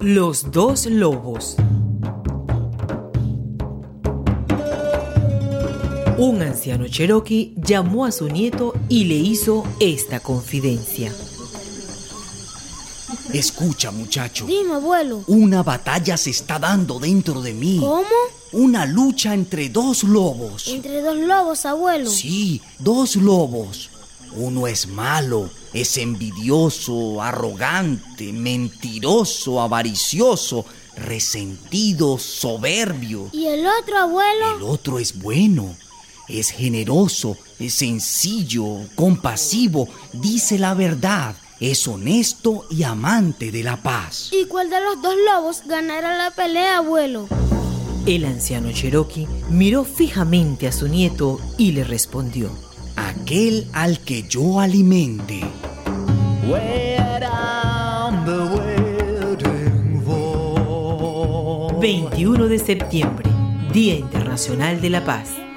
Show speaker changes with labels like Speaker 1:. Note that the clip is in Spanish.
Speaker 1: Los dos lobos. Un anciano cherokee llamó a su nieto y le hizo esta confidencia.
Speaker 2: Escucha, muchacho.
Speaker 3: Dime, abuelo.
Speaker 2: Una batalla se está dando dentro de mí.
Speaker 3: ¿Cómo?
Speaker 2: Una lucha entre dos lobos.
Speaker 3: Entre dos lobos, abuelo.
Speaker 2: Sí, dos lobos. Uno es malo, es envidioso, arrogante, mentiroso, avaricioso, resentido, soberbio.
Speaker 3: ¿Y el otro, abuelo?
Speaker 2: El otro es bueno, es generoso, es sencillo, compasivo, dice la verdad, es honesto y amante de la paz.
Speaker 3: ¿Y cuál de los dos lobos ganará la pelea, abuelo?
Speaker 1: El anciano Cherokee miró fijamente a su nieto y le respondió.
Speaker 2: Aquel al que yo alimente.
Speaker 4: Where I'm the waiting for.
Speaker 1: 21 de septiembre, Día Internacional de la Paz.